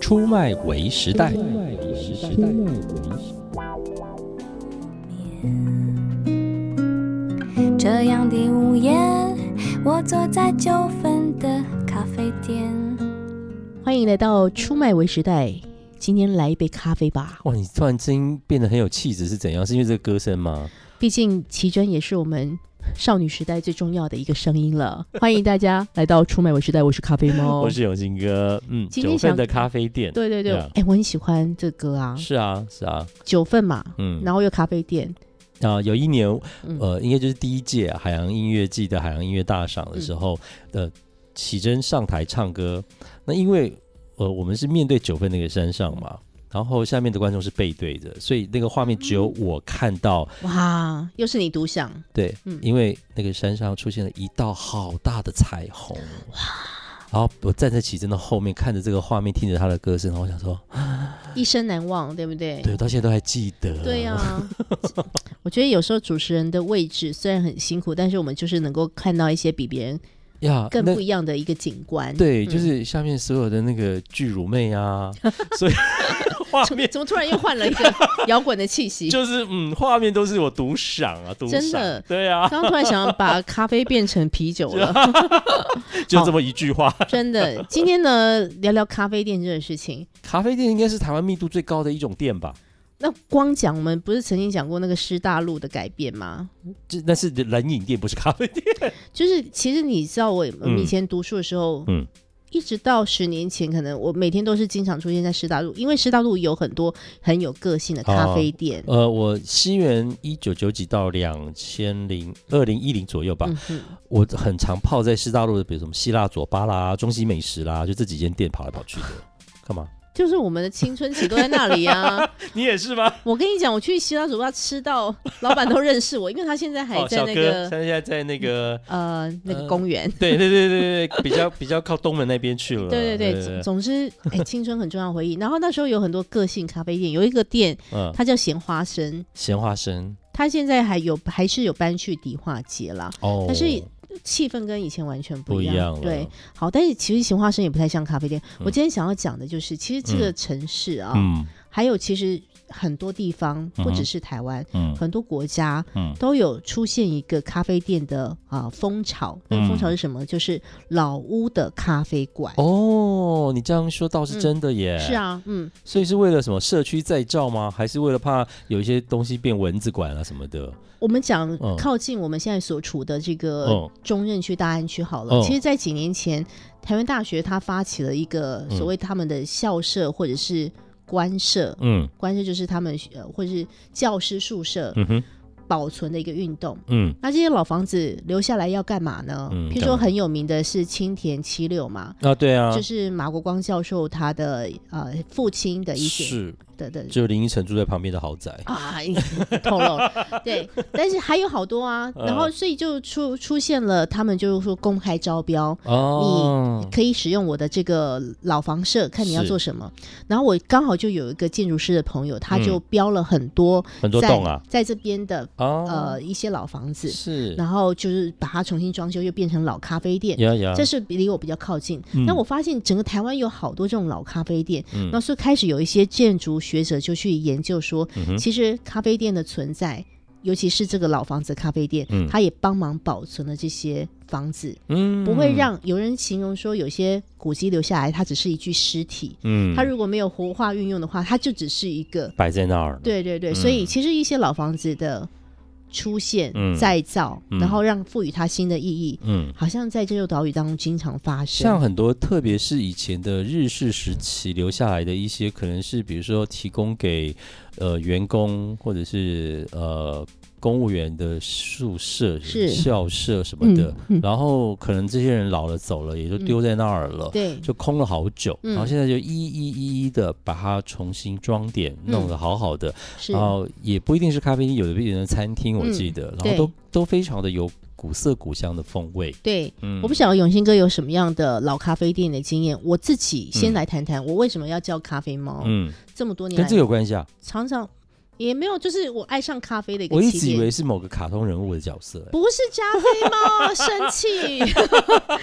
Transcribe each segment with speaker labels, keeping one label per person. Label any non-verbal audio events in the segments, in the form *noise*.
Speaker 1: 出卖为时代。
Speaker 2: 这样的午夜，我坐在九分的咖啡店。
Speaker 3: 欢迎来到出卖为时代，今天来一杯咖啡吧。
Speaker 1: 哇，你突然声音变得很有气质是怎样？是因为这个歌声吗？
Speaker 3: 毕竟奇珍也是我们少女时代最重要的一个声音了。 *laughs* 欢迎大家来到出卖为时代，我是咖啡猫。
Speaker 1: 我是永兴哥，嗯，
Speaker 3: 哦今
Speaker 1: 九
Speaker 3: 天想
Speaker 1: 份的咖啡店，
Speaker 3: 对对对，哎、
Speaker 1: Yeah
Speaker 3: 我很喜欢这歌啊，
Speaker 1: 是啊是啊，
Speaker 3: 九份嘛，
Speaker 1: 嗯，
Speaker 3: 然后又咖啡店，
Speaker 1: 啊，有一年，
Speaker 3: 嗯
Speaker 1: 呃，应该就是第一届海洋音乐季的海洋音乐大赏的时候，
Speaker 3: 嗯
Speaker 1: 呃，启真上台唱歌。那因为呃，我们是面对九份那个山上嘛，然后下面的观众是背对着，所以那个画面只有
Speaker 3: 嗯
Speaker 1: 我看到。
Speaker 3: 哇，又是你独享，
Speaker 1: 对，
Speaker 3: 嗯
Speaker 1: 因为那个山上出现了一道好大的彩虹。然后我站在启真的后面，看着这个画面，听着他的歌声，然后我想说，
Speaker 3: 一生难忘，对不对？
Speaker 1: 对，我到现在都还记得。
Speaker 3: 对呀、
Speaker 1: *laughs*
Speaker 3: 我觉得有时候主持人的位置虽然很辛苦，但是我们就是能够看到一些比别人
Speaker 1: 呀，
Speaker 3: 更
Speaker 1: 那
Speaker 3: 不一样的一个景观。
Speaker 1: 对，
Speaker 3: 嗯
Speaker 1: 就是下面所有的那个巨乳妹
Speaker 3: *laughs*
Speaker 1: 啊，所以画
Speaker 3: 怎么
Speaker 1: 面
Speaker 3: 怎么突然又换了一
Speaker 1: *laughs*
Speaker 3: 个摇滚的气息？
Speaker 1: 就是嗯，画面都是我独享啊，独享，
Speaker 3: 真的
Speaker 1: 对啊，
Speaker 3: *laughs* 刚刚突然想要把咖啡变成啤酒
Speaker 1: *laughs*
Speaker 3: 了，
Speaker 1: 就这么一句话。
Speaker 3: 真的。今天呢，聊聊咖啡店这个事情。
Speaker 1: 咖啡店应该是台湾密度最高的一种店吧？
Speaker 3: 那光讲我们不是曾经讲过那个师大陆的改变吗？
Speaker 1: 这那是冷饮店，不是咖啡店。
Speaker 3: 就是其实你知道我，我们
Speaker 1: 嗯
Speaker 3: 以前读书的时候，
Speaker 1: 嗯
Speaker 3: 一直到十年前，可能我每天都是经常出现在师大路，因为师大路有很多很有个性的咖啡店。
Speaker 1: 呃，我西元一九九几到两千零二零一零左右吧，
Speaker 3: 嗯哼，
Speaker 1: 我很常泡在四大陆的，比如什么希腊佐巴啦、中西美食啦，就这几间店跑来跑
Speaker 3: *laughs*
Speaker 1: 去的。干嘛？
Speaker 3: 就是我们的青春期都在那里啊！
Speaker 1: *laughs* 你也是吗？
Speaker 3: 我跟你讲，我去希腊酒吧吃到老板都认识我，因为他现在还
Speaker 1: 哦，
Speaker 3: 在
Speaker 1: 小
Speaker 3: 那
Speaker 1: 哥，
Speaker 3: 个、
Speaker 1: 他现在在那个
Speaker 3: 呃那个
Speaker 1: 呃
Speaker 3: 公园。
Speaker 1: 对对对对对，比
Speaker 3: *laughs*
Speaker 1: 较比较靠东门那边去了。
Speaker 3: 对对对，总总之，哎、青春很重要的回忆。然后那时候有很多个性咖啡店，有一个店
Speaker 1: 嗯，
Speaker 3: 它叫咸花生，
Speaker 1: 咸花生
Speaker 3: 它现在还有还是有搬去迪化街啦，
Speaker 1: 哦，
Speaker 3: 但是气氛跟以前完全
Speaker 1: 不
Speaker 3: 一
Speaker 1: 一
Speaker 3: 样。
Speaker 1: 样了。
Speaker 3: 对，，好，但是其实咸花生也不太像咖啡店。
Speaker 1: 嗯
Speaker 3: 我今天想要讲的就是，其实这个城市啊，
Speaker 1: 嗯
Speaker 3: 还有其实很多地方，
Speaker 1: 嗯哼
Speaker 3: 不只是台湾，
Speaker 1: 嗯
Speaker 3: 很多国家
Speaker 1: 嗯
Speaker 3: 都有出现一个咖啡店的啊、风潮。那个
Speaker 1: 嗯
Speaker 3: 风潮是什么？就是老屋的咖啡馆。
Speaker 1: 哦，你这样说倒是真的耶。
Speaker 3: 嗯是，啊，嗯，
Speaker 1: 所以是为了什么社区再造吗？还是为了怕有一些东西变蚊子馆啊什么的？
Speaker 3: 我们讲
Speaker 1: 嗯
Speaker 3: 靠近我们现在所处的这个
Speaker 1: 嗯
Speaker 3: 中正区、大安区好了。
Speaker 1: 嗯
Speaker 3: 其实，在几年前，台湾大学它发起了一个
Speaker 1: 嗯
Speaker 3: 所谓他们的校舍或者是官舍，
Speaker 1: 嗯
Speaker 3: 官舍就是他们呃或者是教师宿舍
Speaker 1: 嗯哼
Speaker 3: 保存的一个运动。
Speaker 1: 嗯
Speaker 3: 那这些老房子留下来要干嘛呢？
Speaker 1: 嗯
Speaker 3: 譬如
Speaker 1: 干
Speaker 3: 说
Speaker 1: 嘛
Speaker 3: 很有名的是青田七六嘛，
Speaker 1: 啊对啊
Speaker 3: 就，是马国光教授他的呃父亲的一些
Speaker 1: 是
Speaker 3: 的的
Speaker 1: 只有林依晨住在旁边的豪宅。
Speaker 3: 啊，透露对，但是还有好多啊，
Speaker 1: 嗯
Speaker 3: 然后所以就出出现了，他们就是说公开招标。
Speaker 1: 哦，
Speaker 3: 可以使用我的这个老房舍，看你要
Speaker 1: 是
Speaker 3: 做什么。然后我刚好就有一个建筑师的朋友，他
Speaker 1: 嗯
Speaker 3: 就标了很多
Speaker 1: 很多
Speaker 3: 在
Speaker 1: 栋啊，
Speaker 3: 在这边的
Speaker 1: 哦，
Speaker 3: 呃一些老房子，
Speaker 1: 是
Speaker 3: 然后就是把它重新装修，又变成老咖啡店。
Speaker 1: 呀呀，
Speaker 3: 这是离我比较靠近。
Speaker 1: 嗯
Speaker 3: 那我发现整个台湾有好多这种老咖啡店，
Speaker 1: 嗯
Speaker 3: 那所以开始有一些建筑学者就去研究说，
Speaker 1: 嗯哼
Speaker 3: 其实咖啡店的存在，尤其是这个老房子咖啡店，
Speaker 1: 嗯
Speaker 3: 它也帮忙保存了这些房子，
Speaker 1: 嗯
Speaker 3: 不会让有人形容说有些古迹留下来，它只是一具尸体，
Speaker 1: 嗯
Speaker 3: 它如果没有活化运用的话，它就只是一个。
Speaker 1: 摆在那儿。
Speaker 3: 对对对，
Speaker 1: 嗯
Speaker 3: 所以其实一些老房子的出现、
Speaker 1: 嗯
Speaker 3: 再造，
Speaker 1: 嗯
Speaker 3: 然后让赋予它新的意义，
Speaker 1: 嗯，
Speaker 3: 好像在这座岛屿当中经常发生。
Speaker 1: 像很多，特别是以前的日式时期留下来的一些，可能是比如说提供给呃员工或者是呃公务员的宿舍、
Speaker 3: 是
Speaker 1: 校舍什么的，
Speaker 3: 嗯嗯嗯
Speaker 1: 然后可能这些人老了走了，也就丢在那儿了。
Speaker 3: 对，
Speaker 1: 就空了好久，
Speaker 3: 嗯
Speaker 1: 然后现在就一一一一的把它重新装点，弄得好好的，
Speaker 3: 嗯是
Speaker 1: 然后也不一定是咖啡厅，有的变成餐厅，我
Speaker 3: 嗯
Speaker 1: 记得，然
Speaker 3: 对
Speaker 1: 后都都非常的有古色古香的风味。
Speaker 3: 对。
Speaker 1: 嗯
Speaker 3: 我不晓得永兴哥有什么样的老咖啡店的经验，我自己先
Speaker 1: 嗯
Speaker 3: 来谈谈我为什么要叫咖啡猫。
Speaker 1: 嗯，
Speaker 3: 这么多年
Speaker 1: 跟
Speaker 3: 来，
Speaker 1: 这有关系啊。
Speaker 3: 常常也没有，就是我爱上咖啡的一个
Speaker 1: 我一
Speaker 3: 起
Speaker 1: 直以
Speaker 3: 点。
Speaker 1: 为是某个卡通人物的角色、欸
Speaker 3: 啊
Speaker 1: *laughs*
Speaker 3: *laughs* 不是加菲猫，生气。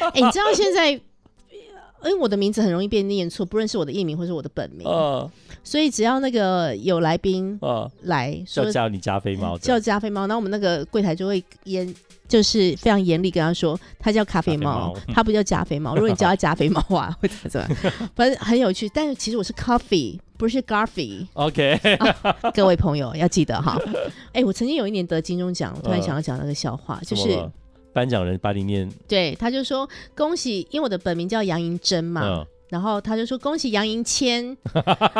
Speaker 3: 哎、你知道现在因为我的名字很容易被念错，不论是我的艺名或是我的本名，
Speaker 1: 啊
Speaker 3: 所以只要那个有来宾
Speaker 1: 啊，
Speaker 3: 来
Speaker 1: 是要
Speaker 3: 说
Speaker 1: 加你加菲猫
Speaker 3: 叫
Speaker 1: 的，
Speaker 3: 加菲猫，然后我们那个柜台就会严，就是非常严厉跟他说，他叫咖啡猫
Speaker 1: 咖啡，猫
Speaker 3: *laughs* 他不叫加菲
Speaker 1: *laughs*
Speaker 3: 猫。如果你叫他加菲猫啊， *laughs* 会怎么样？反正很有趣。但是其实我是 coffee，不是 garfy，
Speaker 1: OK，
Speaker 3: 各位朋友要记
Speaker 1: *laughs*
Speaker 3: 得哈。哎、我曾经有一年得金钟奖，我突然
Speaker 1: 嗯
Speaker 3: 想要讲那个笑话， *laughs*
Speaker 1: 怎
Speaker 3: 就
Speaker 1: 么
Speaker 3: 是
Speaker 1: 了颁奖人把你念
Speaker 3: 对，他就说恭喜，因为我的本名叫杨银珍嘛，
Speaker 1: 嗯
Speaker 3: 然后他就说恭喜杨
Speaker 1: *laughs*
Speaker 3: 银谦，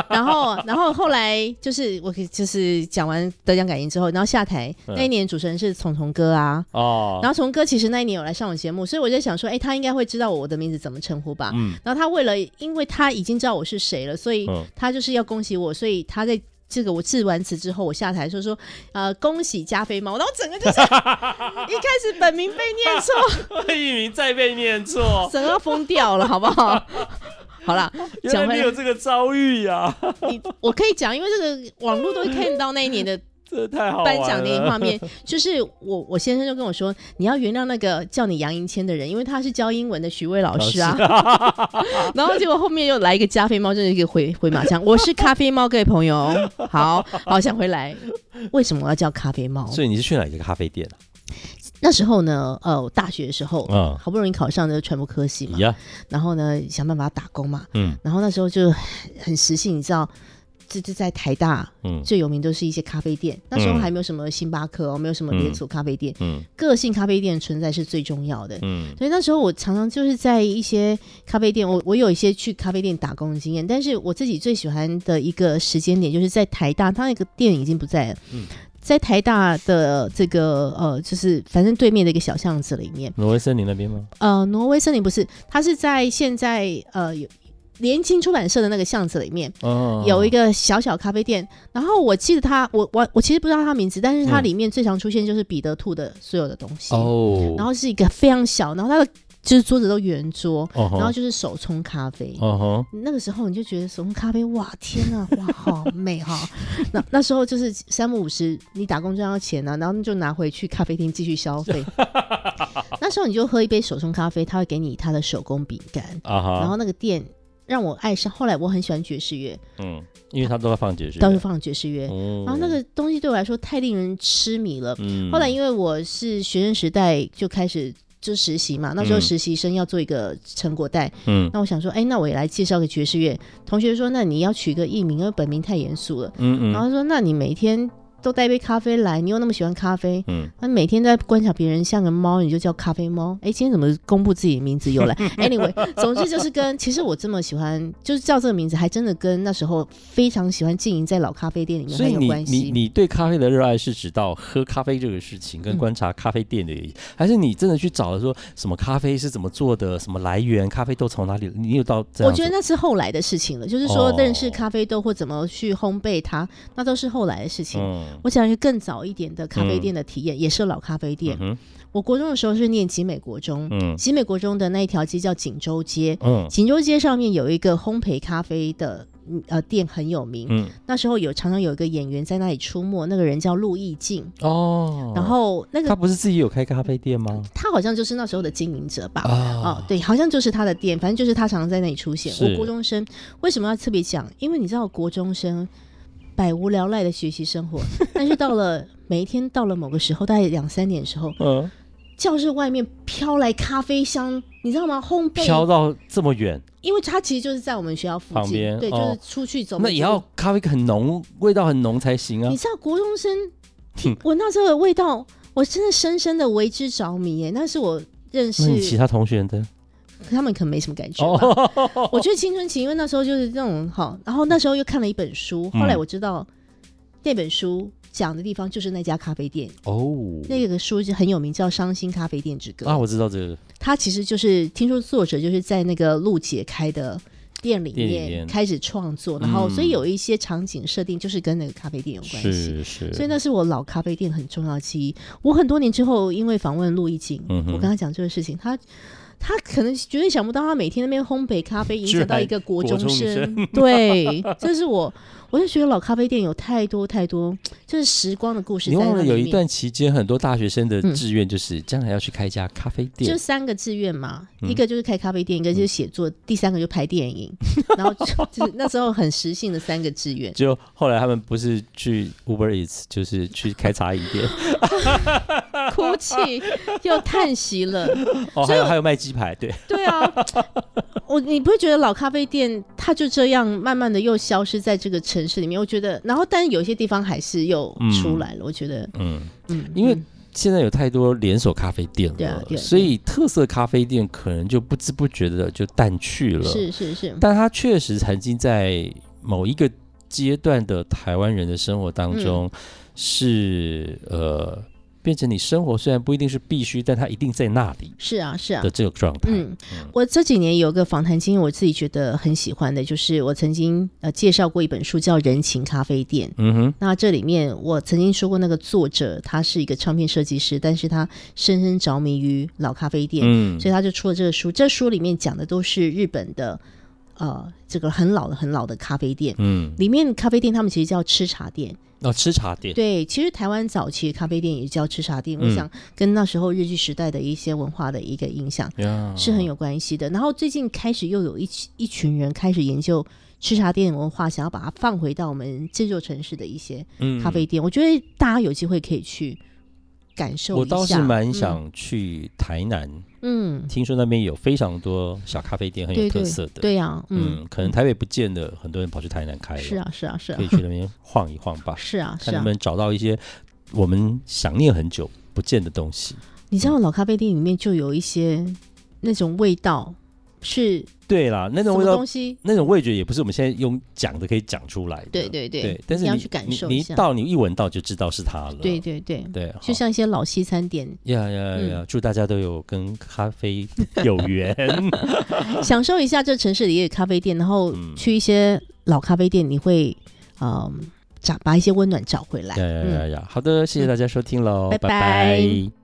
Speaker 3: 然后然后后来就是我就是讲完得奖感言之后，然后下台、
Speaker 1: 嗯
Speaker 3: 那一年主持人是虫虫哥啊，
Speaker 1: 哦，
Speaker 3: 然后虫哥其实那一年有来上我节目，所以我就想说，哎，他应该会知道我的名字怎么称呼吧。
Speaker 1: 嗯
Speaker 3: 然后他为了，因为他已经知道我是谁了，所以
Speaker 1: *laughs* 嗯
Speaker 3: 他就是要恭喜我，所以他在。这个我致完词之后，我下台说说，呃，恭喜加菲猫，然后整个就是
Speaker 1: *laughs*
Speaker 3: 一开始本名被念错，
Speaker 1: 艺名再被念错，
Speaker 3: 整个要疯掉了，好不好？ *laughs* 好啦，讲
Speaker 1: 原来
Speaker 3: 回
Speaker 1: 你有这个遭遇呀， *laughs*
Speaker 3: 你我可以讲，因为这个网络都会看到那一年的
Speaker 1: 这太好玩啊
Speaker 3: 颁
Speaker 1: 了。
Speaker 3: 奖典礼画
Speaker 1: *laughs*
Speaker 3: 面。就是我我先生就跟我说，你要原谅那个叫你杨银谦的人，因为他是教英文的徐巍老师啊。 *laughs* 然后结果后面又来一个加菲猫，真是一个回回马枪。我是咖啡猫，各位朋友，好好想回来。为什么我要叫咖啡猫？
Speaker 1: 所以你是去哪一个咖啡店
Speaker 3: 那时候呢，呃，我大学的时候，
Speaker 1: 啊？
Speaker 3: 好不容易考上的传播科系
Speaker 1: 嗯，
Speaker 3: 嘛，
Speaker 1: 呀，
Speaker 3: 然后呢想办法打工嘛，
Speaker 1: 嗯
Speaker 3: 然后那时候就很实性，你知道，这这在台大。
Speaker 1: 嗯
Speaker 3: 最有名都是一些咖啡店，那时候
Speaker 1: 嗯
Speaker 3: 还没有什么星巴克哦，没有什么连锁咖啡店，
Speaker 1: 嗯
Speaker 3: 个性咖啡店存在是最重要的。
Speaker 1: 嗯
Speaker 3: 所以那时候我常常就是在一些咖啡店，我我有一些去咖啡店打工的经验，但是我自己最喜欢的一个时间点就是在台大，它那个店已经不在了，
Speaker 1: 嗯
Speaker 3: 在台大的这个呃，就是反正对面的一个小巷子里面，
Speaker 1: 挪威森林那边吗？
Speaker 3: 呃，挪威森林不是，它是在现在呃有联经出版社的那个巷子里面，
Speaker 1: 哦
Speaker 3: 有一个小小咖啡店，然后我记得他，我我我其实不知道他名字，但是它
Speaker 1: 嗯
Speaker 3: 里面最常出现就是彼得兔的所有的东西，
Speaker 1: 哦，
Speaker 3: 然后是一个非常小，然后它的就是桌子都圆桌，
Speaker 1: 哦吼，
Speaker 3: 然后就是手冲咖啡。
Speaker 1: 哦吼，
Speaker 3: 那个时候你就觉得手冲咖啡，哇，天啊，哇，好美哈！ *laughs* 那那时候就是三不五十，你打工赚到钱啊，然后就拿回去咖啡厅继续
Speaker 1: *laughs*
Speaker 3: 消费。那时候你就喝一杯手冲咖啡，他会给你他的手工饼干，
Speaker 1: 啊哈，
Speaker 3: 然后那个店让我爱上。后来我很喜欢爵士乐，
Speaker 1: 嗯，因为他都在放解释，
Speaker 3: 到处放爵士乐，
Speaker 1: 哦，
Speaker 3: 然后那个东西对我来说太令人痴迷了。
Speaker 1: 嗯，
Speaker 3: 后来因为我是学生时代就开始就实习嘛，那时候
Speaker 1: 嗯
Speaker 3: 实习生要做一个成果带，
Speaker 1: 嗯
Speaker 3: 那我想说，哎，那我也来介绍个爵士乐。同学说，那你要取个艺名，因为本名太严肃了。
Speaker 1: 嗯
Speaker 3: 然后
Speaker 1: 嗯
Speaker 3: 说，那你每天都带一杯咖啡来，你又那么喜欢咖啡，
Speaker 1: 嗯，
Speaker 3: 那每天在观察别人像个猫，你就叫咖啡猫。哎，今天怎么公布自己的名
Speaker 1: *laughs*
Speaker 3: 字又来？Anyway，总之就是跟其实我这么喜欢，就是叫这个名字，还真的跟那时候非常喜欢经营在老咖啡店里面
Speaker 1: 所
Speaker 3: 很
Speaker 1: 以
Speaker 3: 有
Speaker 1: 你
Speaker 3: 关
Speaker 1: 你
Speaker 3: 系。
Speaker 1: 你对咖啡的热爱是指到喝咖啡这个事情，跟
Speaker 3: 嗯
Speaker 1: 观察咖啡店的，还是你真的去找了说什么咖啡是怎么做的，什么来源，咖啡豆从哪里？你有到这
Speaker 3: 我
Speaker 1: 样
Speaker 3: 觉
Speaker 1: 子？
Speaker 3: 得那是后来的事情了，就是说
Speaker 1: 哦
Speaker 3: 认识咖啡豆或怎么去烘焙它，那都是后来的事情。
Speaker 1: 嗯
Speaker 3: 我讲一个更早一点的咖啡店的体验，也是老咖啡店。
Speaker 1: 嗯
Speaker 3: 我国中的时候是念集美国中，
Speaker 1: 哼
Speaker 3: 集美国中的那一条街叫锦州街，
Speaker 1: 嗯
Speaker 3: 锦州街上面有一个烘焙咖啡的嗯呃店很有名。
Speaker 1: 嗯
Speaker 3: 那时候有常常有一个演员在那里出没，那个人叫陆毅静，
Speaker 1: 哦，
Speaker 3: 然后那
Speaker 1: 他
Speaker 3: 个
Speaker 1: 不是自己有开咖啡店吗？
Speaker 3: 他好像就是那时候的经营者吧。哦
Speaker 1: 啊，，
Speaker 3: 对，好像就是他的店，反正就是他常常在那里出现。
Speaker 1: 是
Speaker 3: 我国中生为什么要特别讲？因为你知道，国中生百无聊赖的学习生
Speaker 1: *laughs*
Speaker 3: 活，但是到了每一天到了某个时候，大概两三点的时候，
Speaker 1: 嗯，
Speaker 3: 教室外面飘来咖啡香，你知道吗？烘
Speaker 1: 飘
Speaker 3: 焙，
Speaker 1: 到这么远，
Speaker 3: 因为它其实就是在我们学校附
Speaker 1: 旁
Speaker 3: 近，
Speaker 1: 边
Speaker 3: 对，就
Speaker 1: 哦
Speaker 3: 是出去走。
Speaker 1: 那也要咖啡很浓，味道很浓才行啊
Speaker 3: 你。知道国中生
Speaker 1: 哼
Speaker 3: 闻到这个味道，我真的深深的为之着迷耶。那是我认
Speaker 1: 那你
Speaker 3: 识
Speaker 1: 其他同学的
Speaker 3: 他们，可能没什么感觉吧。
Speaker 1: 哦，
Speaker 3: 我觉得青春期，因为那时候就是那种好，然后那时候又看了一本书，
Speaker 1: 嗯
Speaker 3: 后来我知道那本书讲的地方就是那家咖啡店，
Speaker 1: 哦，
Speaker 3: 那个书就很有名，叫《伤心咖啡店之歌》。
Speaker 1: 啊，我知道这个，
Speaker 3: 它其实就是听说作者就是在那个陆姐开的。店里
Speaker 1: 店里
Speaker 3: 面
Speaker 1: 面
Speaker 3: 开始创作，然后
Speaker 1: 嗯
Speaker 3: 所以有一些场景设定就是跟那个咖啡店有关系。
Speaker 1: 是是，
Speaker 3: 所以那是我老咖啡店很重要的记忆。我很多年之后，因为访问陆毅景，
Speaker 1: 嗯哼
Speaker 3: 我跟他讲这个事情，他他可能绝对想不到，他每天那边烘焙咖啡
Speaker 1: *laughs*
Speaker 3: 影
Speaker 1: 居
Speaker 3: 响
Speaker 1: 然
Speaker 3: 到一个国
Speaker 1: 国
Speaker 3: 中
Speaker 1: 中
Speaker 3: 生。 *laughs* 对，这是我，我就觉得老咖啡店有太多太多，就是时光的故事
Speaker 1: 你
Speaker 3: 在
Speaker 1: 忘
Speaker 3: 那
Speaker 1: 了
Speaker 3: 里
Speaker 1: 有一
Speaker 3: 面
Speaker 1: 段期间，很多大学生的
Speaker 3: 嗯
Speaker 1: 志愿就是将来要去开一家咖啡
Speaker 3: 就
Speaker 1: 店，
Speaker 3: 三个志愿嘛，
Speaker 1: 嗯
Speaker 3: 一个就是开咖啡店，一个就是写作，第三个就拍电影。
Speaker 1: 嗯
Speaker 3: 然后就 *laughs* 就是那时候很实性的三个志愿。
Speaker 1: 就后来他们不是去 Uber Eats，就是去开茶饮
Speaker 3: *laughs*
Speaker 1: 店，
Speaker 3: 哭
Speaker 1: *laughs*
Speaker 3: 泣又叹息了。
Speaker 1: 哦，
Speaker 3: 所
Speaker 1: 还有
Speaker 3: 以我
Speaker 1: 还有卖鸡排，对，
Speaker 3: 对啊， *laughs* 我你不会觉得老咖啡店它就这样慢慢的又消失在这个城市里面？我觉得，然后但是有一些地方还是又出来了。我觉得，
Speaker 1: 嗯，
Speaker 3: 嗯，
Speaker 1: 因为
Speaker 3: 嗯
Speaker 1: 现在有太多连锁咖啡店
Speaker 3: 对啊
Speaker 1: 了
Speaker 3: 对，啊
Speaker 1: 所以特色咖啡店可能就不知不觉的就淡去了，
Speaker 3: 是是是，
Speaker 1: 啊但它确实曾经在某一个阶段的台湾人的生活当中
Speaker 3: 嗯
Speaker 1: 是、呃变成你生活虽然不一定是必须，但它一定在那里
Speaker 3: 是啊是啊
Speaker 1: 的，这个状态。
Speaker 3: 嗯，我这几年有个访谈经验，我自己觉得很喜欢的，就是我曾经呃介绍过一本书叫《人情咖啡店》。
Speaker 1: 嗯哼，
Speaker 3: 那这里面我曾经说过，那个作者他是一个唱片设计师，但是他深深着迷于老咖啡店，
Speaker 1: 嗯
Speaker 3: 所以他就出了这个书。这书里面讲的都是日本的，呃，这个很老的很老的咖啡店。
Speaker 1: 嗯，
Speaker 3: 里面咖啡店他们其实叫吃茶店，
Speaker 1: 哦，吃茶店，
Speaker 3: 对，其实台湾早期的咖啡店也叫吃茶店，
Speaker 1: 嗯
Speaker 3: 我想跟那时候日据时代的一些文化的一个影响
Speaker 1: 呀
Speaker 3: 是很有关系的。然后最近开始又有一群一群人开始研究吃茶店文化，想要把它放回到我们这座城市的一些
Speaker 1: 嗯
Speaker 3: 咖啡店，我觉得大家有机会可以去感受一下。
Speaker 1: 我倒是蛮想去台南，
Speaker 3: 嗯，嗯，
Speaker 1: 听说那边有非常多小咖啡店，很有
Speaker 3: 对
Speaker 1: 特色的。
Speaker 3: 对呀、嗯，
Speaker 1: 嗯，可能台北不见得很多人跑去台南开了，
Speaker 3: 是啊，是啊，是啊
Speaker 1: 嗯可，以去那边晃一晃吧。
Speaker 3: *laughs* 是啊，
Speaker 1: 看
Speaker 3: 是
Speaker 1: 能
Speaker 3: 啊
Speaker 1: 不。能找到一些我们想念很久不见的东西。
Speaker 3: 你知道老咖啡店里面就有一些那种味道，是
Speaker 1: 对啦，那
Speaker 3: 什
Speaker 1: 种味
Speaker 3: 么
Speaker 1: 道
Speaker 3: 东，西？
Speaker 1: 那种味觉也不是我们现在用讲的可以讲出来的。
Speaker 3: 对对对
Speaker 1: 呃对，但是
Speaker 3: 你要
Speaker 1: 你
Speaker 3: 去感受
Speaker 1: 你，你
Speaker 3: 一
Speaker 1: 一
Speaker 3: 下。
Speaker 1: 到你一闻到就知道是它了。
Speaker 3: 对对对，
Speaker 1: 对，好
Speaker 3: 就像一些老西餐店，
Speaker 1: 呀呀
Speaker 3: 嗯
Speaker 1: 呀！祝大家都有跟咖啡有
Speaker 3: *laughs*
Speaker 1: 缘。
Speaker 3: 享受一下这城市里的咖啡店，然后
Speaker 1: 嗯
Speaker 3: 去一些老咖啡店，你会嗯找把一些温暖找回来。
Speaker 1: 呀呀
Speaker 3: 嗯
Speaker 1: 呀呀！好的，谢谢大家收听喽，
Speaker 3: 拜
Speaker 1: 拜
Speaker 3: 拜